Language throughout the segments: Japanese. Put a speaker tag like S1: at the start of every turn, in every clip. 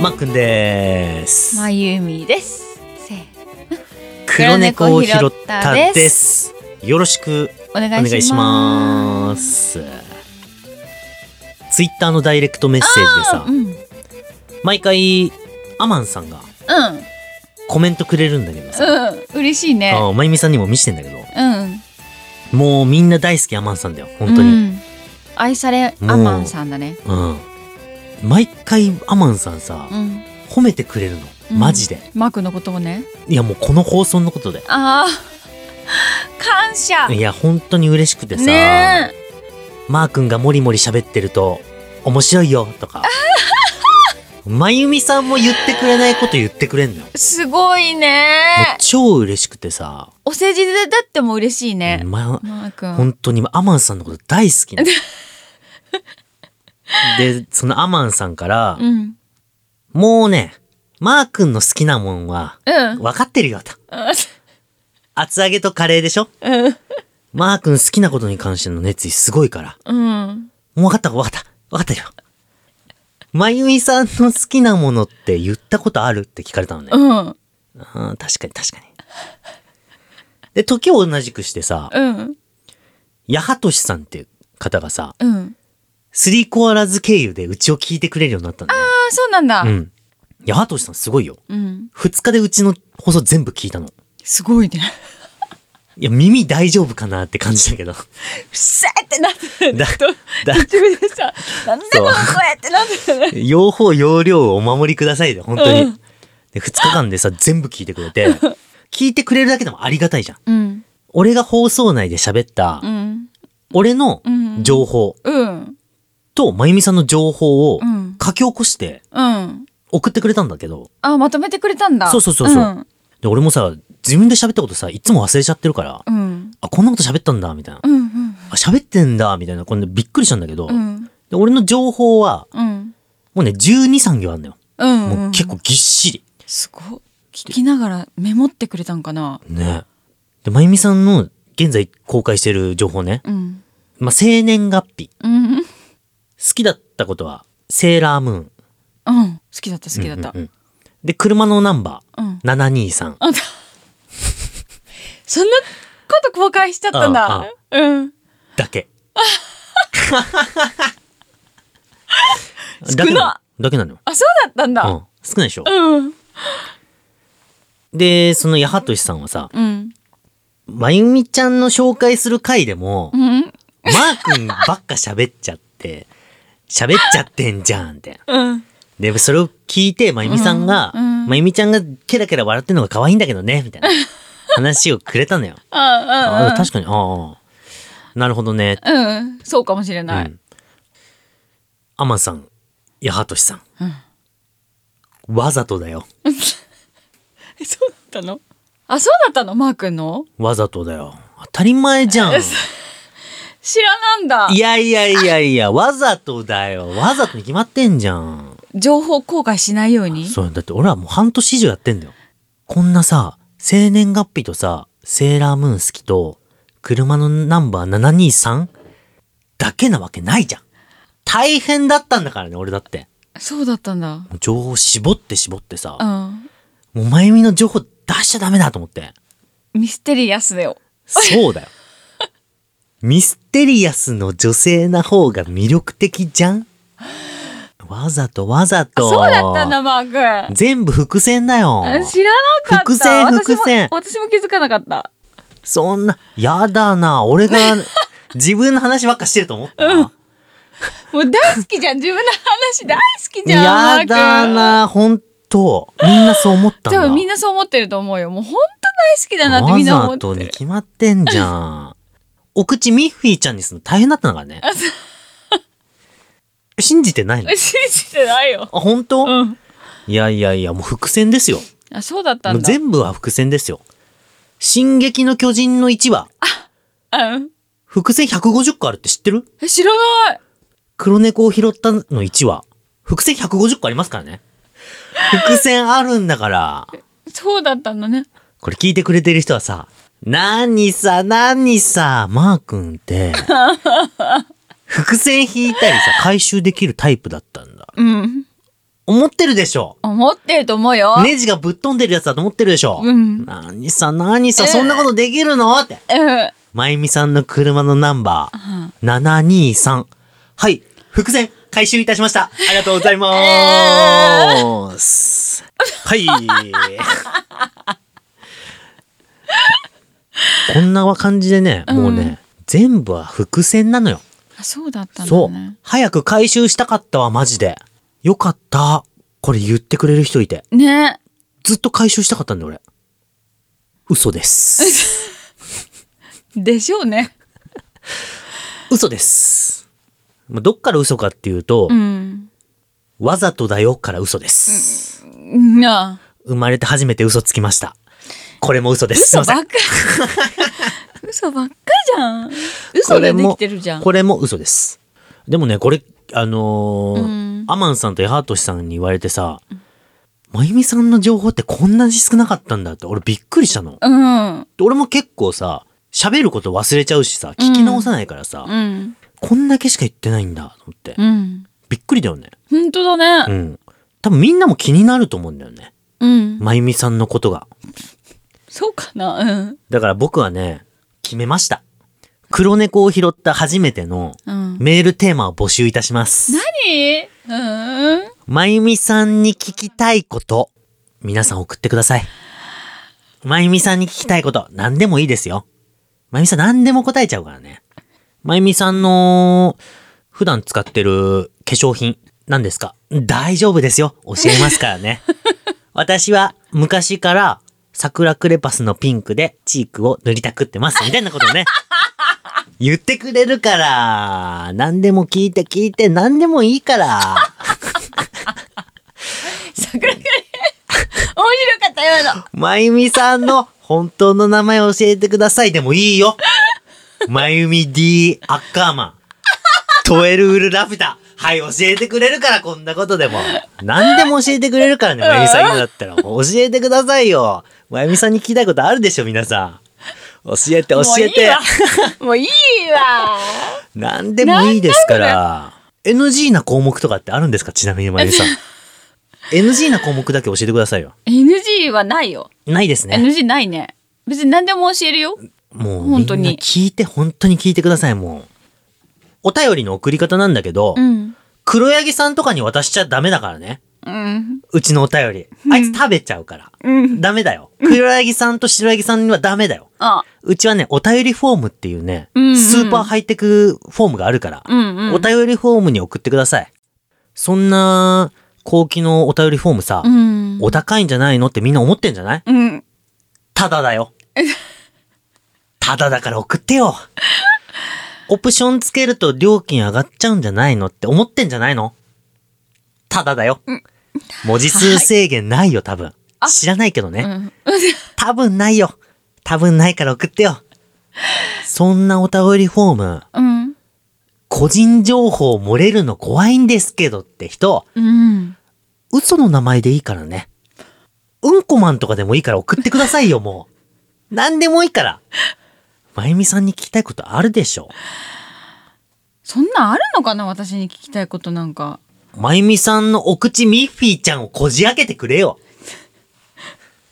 S1: マックンです。
S2: まゆみです。せー
S1: 黒猫を拾った
S2: 黒猫を拾った
S1: で。
S2: です
S1: よろしく
S2: お願
S1: お願い
S2: い
S1: し
S2: し
S1: ま
S2: ます。
S1: す。ツイッターのダイレクトメッセージでさ
S2: う、ん、うん、
S1: 毎回アマンさんがコメントくれるんだけどさ、
S2: うん、嬉しいね。
S1: あまゆみさんにも見せてんだけど、
S2: うん、
S1: もうみんな大好きアマンさんだよ、本当
S2: う
S1: に。
S2: ん愛されアマンさんだね。
S1: うん。毎回アマンさんさ
S2: う、ん、
S1: 褒めてくれるの。
S2: うん
S1: マジで。
S2: マークのことをね。
S1: いやもうこの放送のことで。
S2: ああ、感謝。
S1: いや本当に嬉しくてさ、
S2: ねえ、
S1: マー君がもりもり喋ってると面白いよ とかまゆみさんも言ってくれないこと言ってくれんのよもう
S2: すごいね。
S1: 超嬉しくてさ、
S2: お世辞でだっても嬉しいね。
S1: ま、
S2: マークん。
S1: 本当にアマンさんのこと大好きなの でそのアマンさんから、
S2: うん、
S1: もうねマー君の好きなもんは
S2: うん、
S1: 分かってるよと
S2: う
S1: 厚揚げとカレーでしょ
S2: ん、
S1: マー君好きなことに関しての熱意すごいから
S2: うん、
S1: もう分かった分かった分かったよ。まゆみさんの好きなものって言ったことあるって聞かれたのね。
S2: うん、
S1: うん、確かに確かに。で、時を同じくしてさ、
S2: うん、
S1: 八幡さんっていう方がさ、
S2: うん。
S1: スリーコアラズ経由でうちを聞いてくれるようになったんだよね。
S2: ああ、そうなんだ。
S1: うん。八幡さんすごいよ。
S2: うん、
S1: 二日でうちの放送全部聞いたの。
S2: すごいね。
S1: いや、耳大丈夫かなって感じだけど。
S2: うっせーってなってる
S1: だ、だ、
S2: 途中でさ、なんでこの声ってなってるね。
S1: 用法用量をお守りくださいで本当に、
S2: うん
S1: で2日間でさ全部聞いてくれて聞いてくれるだけでもありがたいじゃん
S2: うん、
S1: 俺が放送内で喋った、
S2: うん、
S1: 俺の
S2: うん
S1: 情報
S2: うん、
S1: とまゆみさんの情報を
S2: うん
S1: 書き起こして
S2: うん。
S1: 送ってくれたんだけど、
S2: あ、まとめてくれたんだ。
S1: そうそうそうそう、
S2: ん、
S1: で俺もさ自分で喋ったことさいつも忘れちゃってるから、
S2: うん、
S1: あこんなこと喋ったんだみたいな、
S2: うん、うん、
S1: あ喋ってんだみたいなこんなびっくりしたんだけど、
S2: うん、
S1: で俺の情報は
S2: うん、
S1: もうね1 2 3行あんのよ
S2: うん。
S1: もう結構ぎっしり、
S2: すごい。聞きながらメモってくれたんかな。
S1: ねで、まゆみさんの現在公開してる情報ね。
S2: うん、
S1: まあ、生年月日。
S2: うん、うん。
S1: 好きだったことは、セーラームーン。
S2: 好きだった、好きだった
S1: うんう。んで、車のナンバ
S2: うん
S1: ー、。723。
S2: あんたそんなこと公開しちゃったん
S1: ああ
S2: だ。うん。
S1: だけ。
S2: 少な
S1: だけなのよ。
S2: あ、そうだったん
S1: う
S2: だ。
S1: ん。少ないでしょ
S2: う。ん。
S1: で、その八幡さんはさ、
S2: うん。
S1: まゆみちゃんの紹介する回でも、
S2: うん。
S1: マー君ばっか喋っちゃって、喋っちゃってんじゃんって。
S2: うん。
S1: で、それを聞いて、まゆみさんが、
S2: うんうん
S1: まゆみちゃんがケラケラ笑ってるのが可愛いんだけどね、みたい な話をくれたのよ。
S2: あ
S1: あ確かに、ああ、なるほどね。
S2: あ。うん。そうかもしれな
S1: う
S2: い。
S1: ん。アマンさん、八幡さん,、
S2: うん
S1: わざとだよ。
S2: えそうだったのあ、そうだったのマー君の
S1: わざとだよ。当たり前じゃん。
S2: 知らなんだ
S1: い。やいやいやいや、わざとだよ。わざとに決まってんじゃん。
S2: 情報公開しないように。
S1: そう、だって俺はもう半年以上やってんだよ。こんなさ、生年月日とさ、セーラームーン好きと、車のナンバー 723? だけなわけないじゃん。大変だったんだからね、俺だって。
S2: そうだったんだ。
S1: もう情報を絞って絞ってさ
S2: う、ん。
S1: もうまゆみの情報出しちゃダメだと思って。
S2: ミステリアスだよ。
S1: そう だよ。ミステリアスの女性な方が魅力的じゃんわざとわざ
S2: あ
S1: と。
S2: そうだったんだ、マー君。
S1: 全部伏線だよ。
S2: あ知らなかった。
S1: 伏線
S2: 私も
S1: 伏線
S2: 私も気づかなかった。
S1: そんな、やだな。俺が 自分の話ばっかしてると思った。
S2: もう大好きじゃん。自分の話大好きじゃん。マー
S1: や
S2: 君
S1: だな。本当みんなそう思ったん
S2: 多
S1: だ。
S2: 分みんなそう思ってると思うよ。もう本当大好きだなってみんな
S1: わ
S2: 思
S1: ざと
S2: っ
S1: に
S2: てる。
S1: 決まってんじゃん。お口ミッフィーちゃんにするの大変だったのからね。信じてないの
S2: 信じてないよ。
S1: あ、本当、
S2: うん。
S1: いやいやいや、もう伏線ですよ。
S2: あ、そうだった
S1: もうん
S2: だ。
S1: 全部は伏線ですよ。進撃の巨人の1話、
S2: うん。
S1: 伏線150個あるって知ってる
S2: え、知らない。
S1: 黒猫を拾ったの1話。伏線150個ありますからね。伏線あるんだから。
S2: そうだったんだね。
S1: これ聞いてくれてる人はさ、何さ、何さ、マー君って、伏線引いたりさ、回収できるタイプだったんだ。
S2: うん。
S1: 思ってるでしょ
S2: 思ってると思うよ。
S1: ネジがぶっ飛んでるやつだと思ってるでしょ
S2: うん
S1: 何さ、何さ、
S2: うん
S1: そんなことできるのって。
S2: うん。
S1: まゆみさんの車のナンバー、723。はい、伏線回収いたしました。ありがとうございます。はい。こんな感じでね、もうね、
S2: うん
S1: 全部は伏線なのよ。
S2: あそうだったん
S1: そ
S2: だ
S1: う
S2: ね。。
S1: 早く回収したかったわ、マジで。よかった。これ言ってくれる人いて。
S2: ね。
S1: ずっと回収したかったんだよ、俺。嘘です。
S2: でしょうね。
S1: 嘘です。まあどっから嘘かっていうと、
S2: うん。
S1: わざとだよから嘘です。
S2: なあ。
S1: 生まれて初めて嘘つきました。これも嘘です。すい
S2: 嘘
S1: ませ
S2: ば
S1: ん
S2: っ。か。 嘘ばっかじゃん。嘘でできてるじゃん。
S1: これも嘘です。でもね、これ、あのー
S2: うん
S1: アマンさんとヤハートシさんに言われてさ、まゆみさんの情報ってこんなに少なかったんだって、俺びっくりしたの。
S2: うん。
S1: 俺も結構さ、喋ること忘れちゃうしさ、聞き直さないからさ、
S2: うん。
S1: こんだけしか言ってないんだと思って、
S2: うん。
S1: びっくりだよね。
S2: 本当だ
S1: う
S2: ね。
S1: ん。多分みんなも気になると思うんだよね。
S2: うん。
S1: まゆみさんのことが。
S2: そうかな。うん。
S1: だから僕はね、決めました。黒猫を拾った初めての
S2: うん。
S1: メールテーマを募集いたします。
S2: 何うん。
S1: まゆみさんに聞きたいこと。皆さん送ってください。まゆみさんに聞きたいこと。何でもいいですよ。まゆみさん何でも答えちゃうからね。まゆみさんの普段使ってる化粧品何ですか大丈夫ですよ。教えますからね。私は昔から桜クレパスのピンクでチークを塗りたくってます。みたいなことをね。言ってくれるから。何でも聞いて聞いて何でもいいから。
S2: 桜狩り面白かったよ、今の。
S1: まゆみさんの本当の名前を教えてくださいでもいいよ。まゆみ D アッカーマン。トエルウルラピュタ。はい、教えてくれるから、こんなことでも。何でも教えてくれるからね、まゆみさん今だったら。教えてくださいよ。まゆみさんに聞きたいことあるでしょ、皆さん。教えて、教えて。
S2: もういいわ。
S1: 何でもいいですから。NG な項目とかってあるんですかちなみにまゆみさん。NG な項目だけ教えてくださいよ。
S2: NG はないよ。
S1: ないですね。
S2: NG ないね。別に何でも教えるよ。
S1: もう
S2: 本当に
S1: みんな聞いて本当に聞いてくださいもうお便りの送り方なんだけど、
S2: うん。
S1: 黒柳さんとかに渡しちゃダメだからね
S2: うん。
S1: うちのお便りあいつ食べちゃうから、
S2: うん。
S1: ダメだよ黒柳さんと白柳さんにはダメだよ
S2: あ、
S1: うちはねお便りフォームっていうね、
S2: うんうん
S1: スーパーハイテクフォームがあるから、
S2: うんうん。
S1: お便りフォームに送ってくださいそんな高機能お便りフォームさ、
S2: うん。
S1: お高いんじゃないのってみんな思ってんじゃない
S2: うん。
S1: ただだ よ。ただだから送ってよ。オプションつけると料金上がっちゃうんじゃないのって思ってんじゃないのただだよ。文字数制限ないよ、多分。知らないけど
S2: う
S1: ね。
S2: ん。
S1: 多分ないよ。多分ないから送ってよ。そんなお便りフォーム、
S2: うん。
S1: 個人情報漏れるの怖いんですけどって人、
S2: うん。
S1: 嘘の名前でいいからね。うんこマンとかでもいいから送ってくださいよ、もう。何でもいいから。まゆみさんに聞きたいことあるでしょ
S2: そんなんあるのかな私に聞きたいことなんか。
S1: まゆみさんのお口ミッフィーちゃんをこじ開けてくれよ。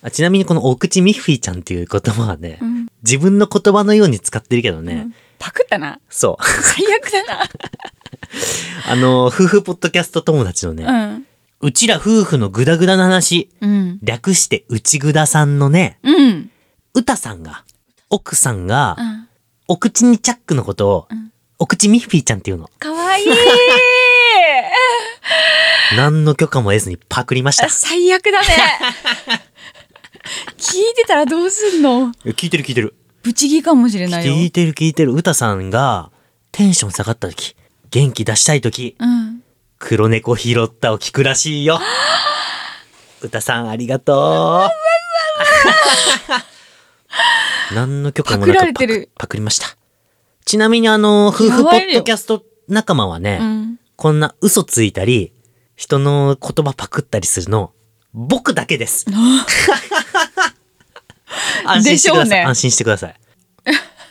S1: あちなみにこのお口ミッフィーちゃんっていう言葉はね、
S2: ん
S1: 自分の言葉のように使ってるけどね、
S2: パクったな。
S1: そう。
S2: 最悪だ
S1: あの、夫婦ポッドキャスト友達のね、う
S2: な。うん。
S1: ちら夫婦のグダグダな話、
S2: うん。
S1: 略してうちぐださんのね、
S2: うん。
S1: うたさんが、奥さんが、
S2: うん。
S1: お口にチャックのことを、お口ミッフィーちゃんっていうの。
S2: かわいい。
S1: 何の許可も得ずにパクりました。
S2: 最悪だね。 聞いてたらどうすんの
S1: 聞いてる聞いてる。
S2: ブチギかもしれないよ。
S1: 聞いてる聞いてる。歌さんがテンション下がった時、元気出したい時、
S2: うん。
S1: 黒猫拾ったを聞くらしい よ。歌さんありがとう。何の許可もなくパ
S2: パクら
S1: ク
S2: れてる
S1: パクりました。ちなみにあの、夫婦ポッドキャスト仲間はね、
S2: うん。
S1: こんな嘘ついたり、人の言葉パクったりするの、僕だけです。 安心してくだ
S2: でしょう
S1: さい。
S2: ね
S1: 安心してください。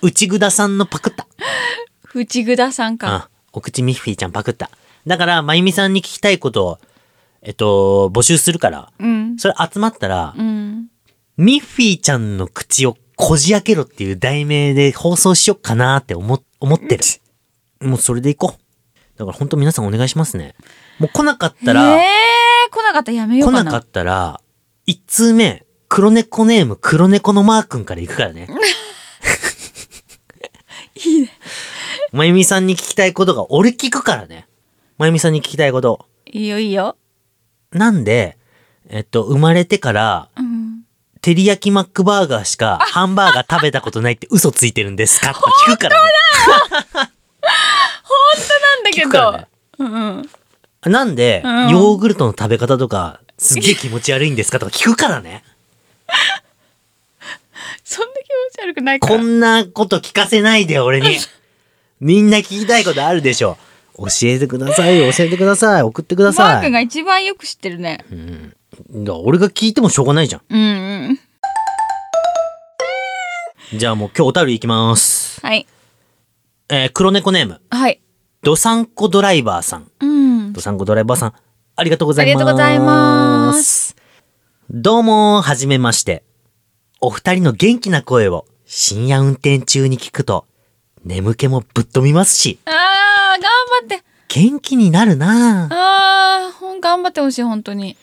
S1: 内ぐださんのパク った。
S2: 藤ぐださんか。
S1: あ、お口ミッフィーちゃんパクった。だから、まゆみさんに聞きたいことを、えっと、募集するから、
S2: うん
S1: それ集まったら、
S2: うん
S1: ミッフィーちゃんの口をこじ開けろっていう題名で放送しよっかなって思思ってる。もうそれでいこう。だから本当皆さんお願いしますね。もう来なかったら、
S2: えー、来なかったらやめよ
S1: 来
S2: うか
S1: な
S2: な
S1: かったら、一通目、黒猫ネーム黒猫のマー君から行くから ね。
S2: いいね
S1: まゆみさんに聞きたいことが俺聞くからね。まゆみさんに聞きたいこと。
S2: いいよいいよ、
S1: なんで、えっと、生まれてから、
S2: うん、
S1: 照り焼きマックバーガーしかハンバーガー食べたことないって嘘ついてるんです かって聞くからね。
S2: なんだけ
S1: 聞くから
S2: ど、
S1: ね。
S2: うんうん
S1: なんで、
S2: うん
S1: ヨーグルトの食べ方とか、すっげえ気持ち悪いんですかとか聞くからね。
S2: そんな気持ち悪くないか
S1: こ
S2: ら
S1: んなこと聞かせないで、俺に。みんな聞きたいことあるでしょ。教えてくださいよ、教えてください、送ってくだ
S2: マー
S1: さい。
S2: 君が一番よく知ってるね
S1: うん。だから俺が聞いてもしょうがないじゃ
S2: うんうん
S1: ん。じゃあもう今日おたる行きます。
S2: はい
S1: えー、黒猫ネーム、
S2: はい
S1: ドサンコドライバーさん。
S2: うん
S1: ドサンコドライバーさん、ありがとうございます。
S2: ありがとうございます。
S1: どうも、はじめまして。お二人の元気な声を深夜運転中に聞くと、眠気もぶっ飛びますし、
S2: あー頑張って
S1: 元気になるなぁ。
S2: あーほん頑張ってほしい本当に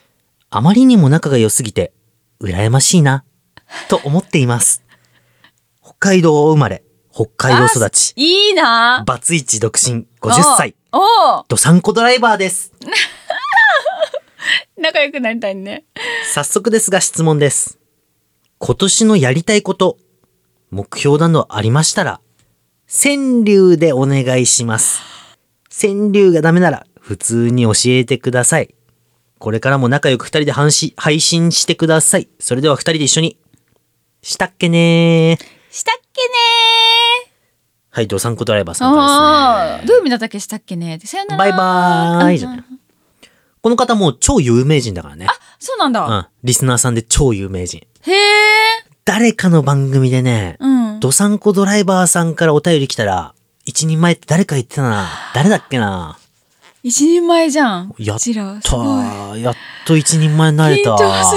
S1: あまりにも仲が良すぎて、羨ましいな、と思っています。北海道生まれ、北海道育ち、
S2: いいな
S1: バツイチ独身50歳、
S2: おお
S1: ドサンコドライバーです。
S2: 仲良くなりたいね
S1: 早速ですが質問です。今年のやりたいこと、目標などありましたら、川柳でお願いします。川柳がダメなら、普通に教えてください。これからも仲良く二人で配信配信してください。それでは二人で一緒に。したっけねー。
S2: したっけね
S1: はい、ドサンコドライバー
S2: ー
S1: さんから
S2: あ
S1: で
S2: ー
S1: すね。
S2: どういう意味だったっけしたっけねーってさよなら
S1: バイバーイじゃないこの方もう超有名人だからね。
S2: そうなんだ、
S1: うん。リスナーさんで超有名人。
S2: へえ
S1: 誰かの番組でね、
S2: うん
S1: ドサンコドライバーさんからお便り来たら、一人前って誰か言ってたな。誰だっけな。
S2: 一人前じゃん
S1: やっ
S2: うちらす
S1: た
S2: ごい
S1: ー。やっと一人前になれた
S2: 緊張す。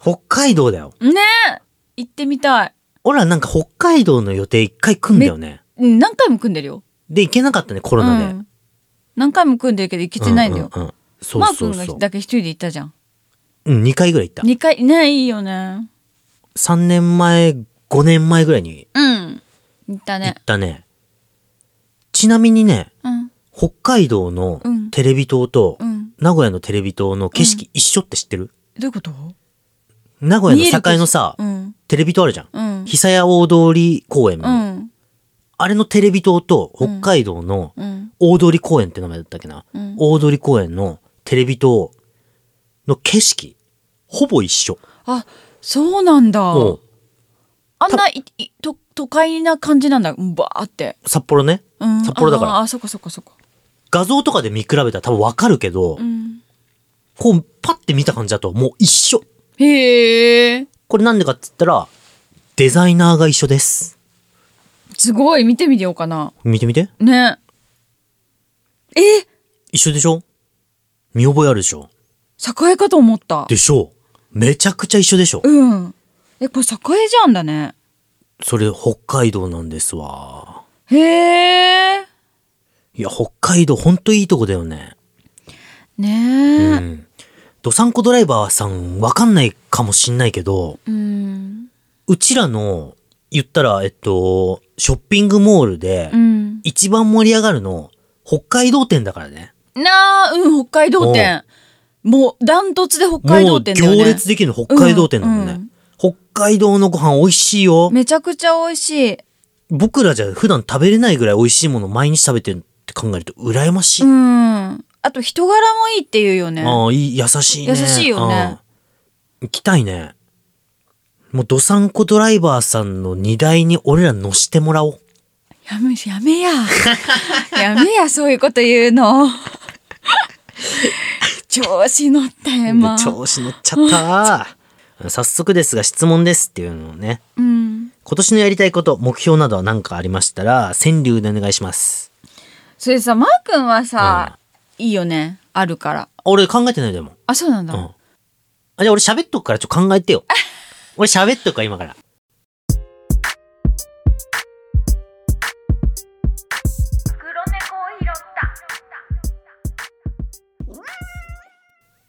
S1: 北海道だよ。
S2: ねえ行ってみたい
S1: 俺らなんか北海道の予定一回組んだよね。
S2: うん何回も組んでるよ
S1: で、行けなかったね、コロナで。
S2: うん、何回も組んでるけど行けてないんだよ、
S1: うううんそうそう
S2: マー
S1: そ
S2: 君
S1: う
S2: が。だけ一人で行ったじゃん
S1: うん、2回ぐらい行った。
S2: 二回ねいいよね
S1: 3年前、5年前ぐらいに
S2: うん行った
S1: 行っ
S2: ね
S1: たね。ちなみにね、
S2: うん
S1: 北海道の
S2: うん
S1: テレビ塔と
S2: うん
S1: 名古屋のテレビ塔の景色一緒って知ってる、
S2: どういうこと
S1: 名古屋の境のさ、
S2: うん
S1: テレビ塔あるじゃん。
S2: うん
S1: 久屋大通公園
S2: う
S1: の、
S2: ん
S1: あれのテレビ塔と北海道の
S2: うん
S1: 大通公園って名前だったっけな、
S2: うん
S1: 大通公園のテレビ塔の景色、ほぼ一緒。
S2: あそうなんだ
S1: もう、
S2: あんないいと都会な感じなんだうんバーって、
S1: 札幌ね。
S2: うん、
S1: 札幌だから
S2: あーあそっかそっかそっか
S1: 画像とかで見比べたら多分わかるけど、
S2: うん
S1: こう、パッて見た感じだともう一緒。
S2: へえ
S1: これなんでかって言ったら、デザイナーが一緒です。
S2: すごい見てみようかな
S1: 見てみて。
S2: ねえ
S1: 一緒でしょ見覚えあるでしょ
S2: 栄かと思った
S1: でしょうめちゃくちゃ一緒でしょ
S2: うんえこれ栄じゃんだね
S1: それ北海道なんですわ。
S2: へえ
S1: いや、北海道ほんといいとこだよね。う
S2: ねえ
S1: ん。ドサンコドライバーさんわかんないかもしんないけど、
S2: うん
S1: うちらの、言ったら、えっと、ショッピングモールで
S2: う、ん
S1: 一番盛り上がるの、北海道店だからね。
S2: なあうん北海道店もうダントツで北海
S1: も
S2: 道
S1: う
S2: 店だよね
S1: 行列できるの北海道店だもんね。
S2: うん
S1: 北海道のご飯美味しいよ。
S2: めちゃくちゃ美味しい
S1: 僕らじゃ普段食べれないぐらい美味しいものを毎日食べてるって考えると羨ましい。
S2: うんあと人柄もいいっていうよね
S1: ああ、いい、優しいね。
S2: 優しいよね
S1: うん。行きたいね。もう、ドサンコドライバーさんの荷台に俺ら乗してもらおう。
S2: やめやめや やめやそういうこと言う の調子乗ってまあ
S1: で調子乗っちゃ ったー。早速ですが、質問ですっていうのをね。
S2: うん
S1: 今年のやりたいこと、目標などは何かありましたら、川柳でお願いします。
S2: それさマー君はさ、いいよねあるから
S1: 俺考えてないでも。
S2: あそうなん
S1: うん。
S2: だ、
S1: あ、じゃあ俺喋っとくからちょっと考えて よ。俺喋っとくから今から。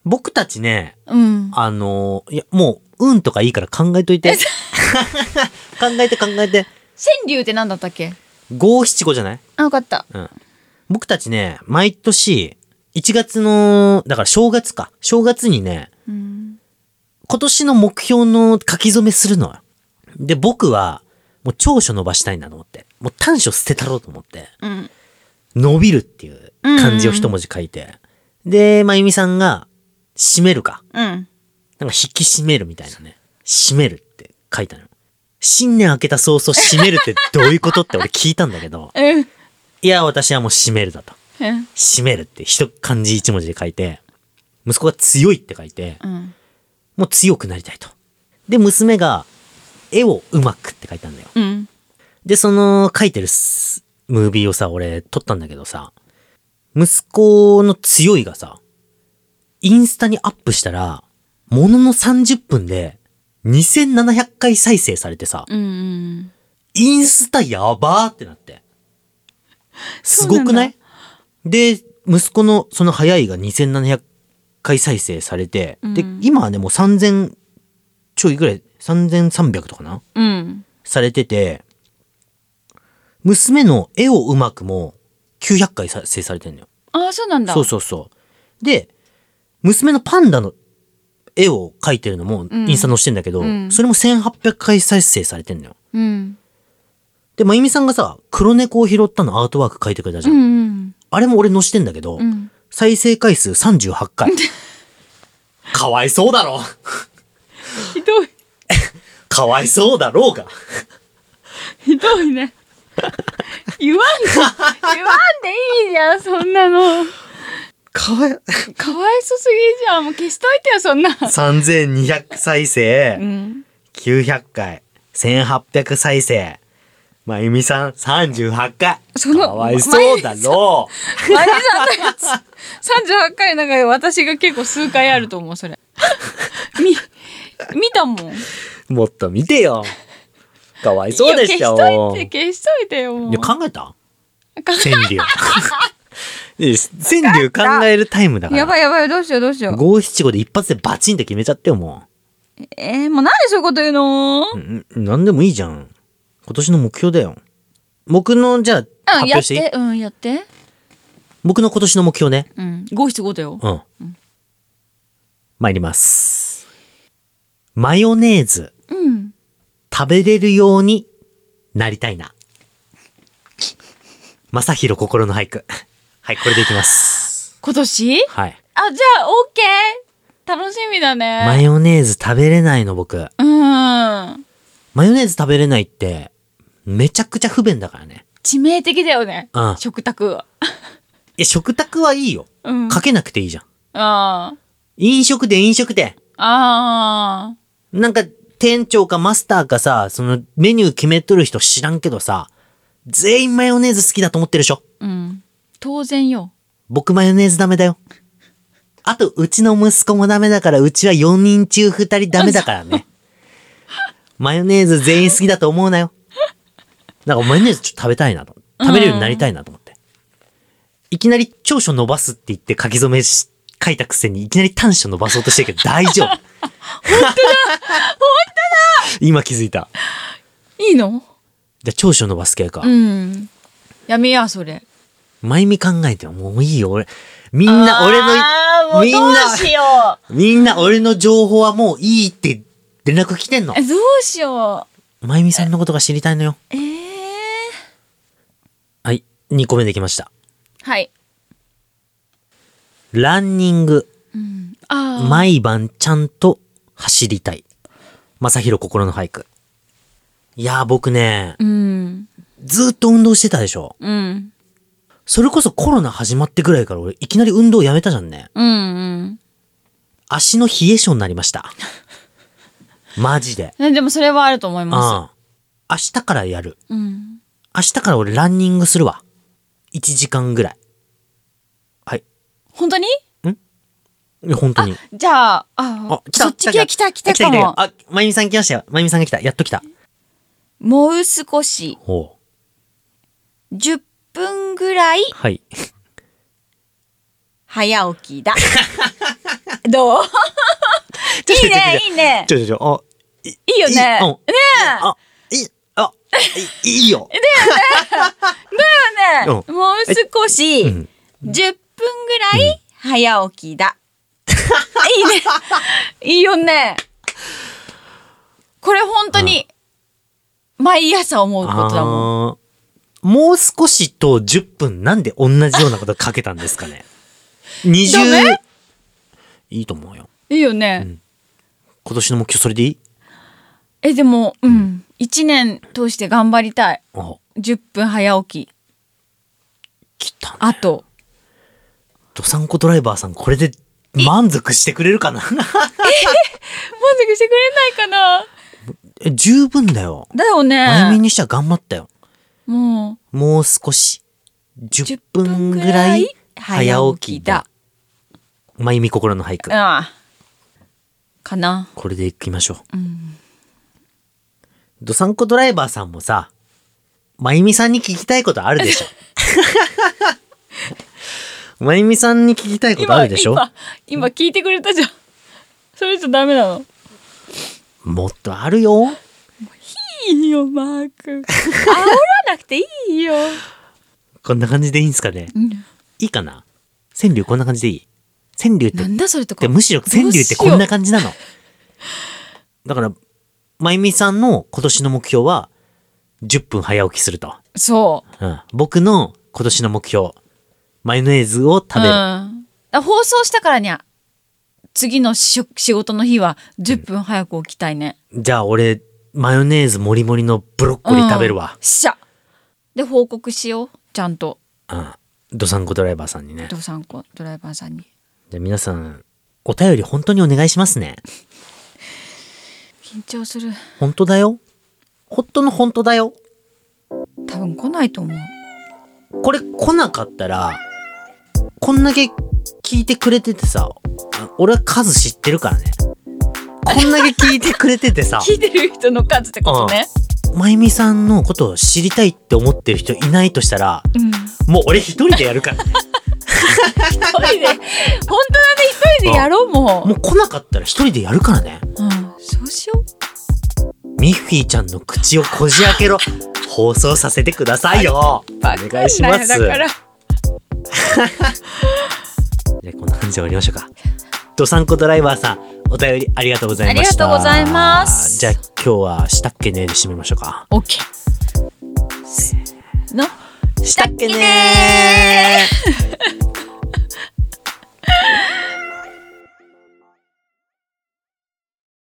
S1: 僕たちね、
S2: うん
S1: あのーいや、もう、運とかいいから考えと いて。 考えて考えて。
S2: 川柳って何だったっけ
S1: 五七五じゃない
S2: あよかった
S1: うん。僕たちね、毎年、1月の、だから正月か。正月にね、
S2: うん
S1: 今年の目標の書き初めするのよ。で、僕は、もう長所伸ばしたいんだと思って。もう短所捨てたろうと思って。
S2: うん
S1: 伸びるっていう漢字を一文字書いて。で、まゆみさんが、締めるか。
S2: うん。
S1: なんか引き締めるみたいなね。締めるって書いたのよ。新年明けた早々締めるってどういうことって俺聞いたんだけど
S2: うん
S1: いや、私はもう締めるだと。締めるって一漢字一文字で書いて、息子が強いって書いて、
S2: うん
S1: もう強くなりたいと。で、娘が、絵をうまくって書いたんだよ。
S2: うん
S1: で、その書いてるすムービーをさ、俺撮ったんだけどさ、息子の強いがさ、インスタにアップしたら、ものの30分で2700回再生されてさ、
S2: うん
S1: インスタやばーってなって。す
S2: そう
S1: ご
S2: なんだ
S1: くないで、息子のその早いが2700回再生されて、で
S2: うん、
S1: 今はね、もう3000ちょいぐらい、3300とかな
S2: うん
S1: されてて、娘の絵をうまくも900回再生されてんのよ。
S2: あそうなんだ
S1: そうそうそう。で、娘のパンダの絵を描いてるのも
S2: ん
S1: インスタに載してんだけど、
S2: うん
S1: それも1800回再生されてんのよ。
S2: うん
S1: で、まゆみさんがさ、黒猫を拾ったのアートワーク描いてくれたじ
S2: う
S1: ゃん。
S2: ん
S1: あれも俺載してんだけど、
S2: うん
S1: 再生回数38回。 かわいそうだろ
S2: ひどい
S1: かわいそうだろうが。
S2: ひどいね言わんで言わんでいいじゃんそんなの
S1: かわい、
S2: かわいそすぎじゃんもう消しといてよそんな
S1: 3200再生。
S2: うん
S1: 900回、1800再生。まゆみさん38回。
S2: その
S1: かわいそうだろう。
S2: マリさんのやつ38回の中で私が結構数回あると思うそれみ見たもん
S1: もっと見てよ。かわいそうでしょ。
S2: いや消しといて消しといてよ
S1: いや考えた
S2: 考
S1: 川柳。いや川 柳考えるタイムだか
S2: やば
S1: ら。
S2: いやばいどうしようどうしよう
S1: 五七五で一発でバチンって決めちゃってよ、も
S2: えー、もうなんでそういうこと言うの
S1: う。うんうんなんでもいいじゃん。今年の目標だよ。僕の、じゃあ、発
S2: うんや
S1: 表
S2: っ
S1: していい
S2: てうんやって
S1: 僕の今年の目標ね。
S2: うん五七五だよ
S1: うん。参ります。マヨネーズ
S2: うん
S1: 食べれるようになりたいな。まさひろ心の俳句。 はい、これでいきます。
S2: 今年
S1: はい。
S2: あじゃあオッケー楽しみだ
S1: マ
S2: ね
S1: ヨネーズ食べれないの僕。
S2: うん
S1: マヨネーズ食べれないって、めちゃくちゃ不便だからね。
S2: 致命的だよね
S1: うん
S2: 食卓は
S1: いや、食卓はいいよ。
S2: うん
S1: かけなくていいじゃん。
S2: あー
S1: 飲食店、飲食店。
S2: あ
S1: なんか、店長かマスターかさ、そのメニュー決めとる人知らんけどさ、全員マヨネーズ好きだと思ってるでしょ
S2: ーうん当然よ
S1: 僕マヨネーズダメだよ。あと、うちの息子もダメだから、うちは4人中2人ダメだからね。マヨネーズ全員好きだと思うなよ。だからマヨネーズちょっと食べたいなと。食べれるようになりたいなと思って。いきなり長所伸ばすって言って書き初めし書いたくせに、いきなり短所伸ばそうとしてるけど大 丈夫。本当だ本当だ今気づいた。
S2: いいの
S1: じゃあ長所伸ばす系か。
S2: うんやめやそれ
S1: まゆみ考えてよもういいよ、俺。みんな俺
S2: あーも
S1: の、
S2: う
S1: みんな、
S2: どうしよ
S1: みんな俺の情報はもういいって連絡来てんの
S2: う。えどうしよう
S1: まゆみさんのことが知りたいのよ。
S2: えー、
S1: はい。2個目できました。
S2: はい、
S1: ランニング。
S2: うん、あー
S1: 毎晩ちゃんと走りたい。まさひろ心の俳句。いやー僕ね、
S2: うん
S1: ずーっと運動してたでしょ。
S2: うん
S1: それこそコロナ始まってぐらいから俺いきなり運動やめたじゃんね。
S2: うんうん
S1: 足の冷え性になりま した。マジで。
S2: ねでもそれはあると思いま
S1: ああ。明日からやる。
S2: すうん
S1: 明日から俺ランニングするわ。1時間ぐらい。はい。
S2: 本当に
S1: ういや本当に。
S2: じゃあ、あ
S1: あ、来た
S2: そっち系来た来た
S1: 来た来た来
S2: かも
S1: た。あ、まゆみさん来ましたよ。まゆみさんが来た。やっと来た。
S2: もう少し、
S1: ほう。
S2: 10分ぐらい
S1: はい。
S2: 早起 きだ。どういいね、いいね。
S1: ちょちょちょ、
S2: いいよね。
S1: いいうん
S2: ね
S1: あ、あ、いい、あ、いいいよ。
S2: え、ねえ。もう少し、
S1: うん
S2: 10分ぐらい早 起きだ。いいね。いいよね。これ本当に、毎朝思うことだもん。
S1: あーもう少しと10分なんで同じようなことかけたんですか ね
S2: ダ
S1: ?20 いいと思うよ
S2: いいよね。
S1: うん今年の目標それでいい
S2: え、でも、うん。1年通して頑張りたい。
S1: あ
S2: 10分早起き。
S1: 来たね
S2: あと。
S1: ドサンコドライバーさんこれで満足してくれるかな
S2: 満足してくれないかな
S1: え十分だよ
S2: だよ
S1: 前み
S2: ね。
S1: にしては頑張ったよ
S2: もう、
S1: もう少し10
S2: 10
S1: 分
S2: 分
S1: ぐ
S2: ぐ
S1: ら
S2: ら
S1: い
S2: い
S1: 早
S2: 早
S1: 起き
S2: 起き
S1: だ
S2: だ。
S1: まゆみ心の俳句
S2: ああ。かな。
S1: これでいきましょう
S2: うん。
S1: ドサンコドライバーさんもさ、まゆみさんに聞きたいことあるで しょ。まゆみさんに聞きたいことあるでしょ
S2: 今、今聞いてくれたじゃん。それじゃダメなの。
S1: もっとあるよ。
S2: いいよ、マーク。煽らなくていいよ。
S1: こんな感じでいいんすかねいいかな川柳こんな感じでいい川柳って
S2: なんだそれと
S1: で
S2: か。
S1: むしろ川柳ってこんな感じなの。だから、まゆみさんの今年の目標は、10分早起きすると。
S2: そう。
S1: うん、僕の今年の目標、マヨネーズを食べ
S2: う
S1: る。
S2: んあ放送したからにゃ、次のしょ仕事の日は10分早く起きたいね。
S1: じゃあ俺、マヨネーズもりもりのブロッコリー食べるわ。
S2: しゃ。で、報告しよう。ちゃんと。
S1: うん。ドサンコドライバーさんにね。
S2: ドサンコドライバーさんに。
S1: じゃあ皆さん、お便り本当にお願いしますね。
S2: 緊張する。
S1: 本当だよ。本当の本当だよ。
S2: 多分来ないと思う。
S1: これ来なかったら、こんだけ聞いてくれててさ、あ俺は数知ってるからね。こんだけ聞いてくれてて さ、
S2: 聞いてる人の数ってことね。
S1: まゆみさんのことを知りたいって思ってる人いないとしたら、
S2: うん。
S1: もう俺一人でやるから、ね、
S2: 一人で、本当だね、一人でやろうも
S1: もう来なかったら一人でやるからね。
S2: う。うん、そうしよう。
S1: ミッフィーちゃんの口をこじ開けろ放送させてくださいよお
S2: バカ
S1: 願いします
S2: だから。
S1: じゃあこんな感じで終わりましょうかドサンコドライバーさんお便りありがとうございました
S2: ありがとうございます
S1: じゃあ今日はしたっけねで締めましょうか
S2: オッケー。の、
S1: した
S2: っけねー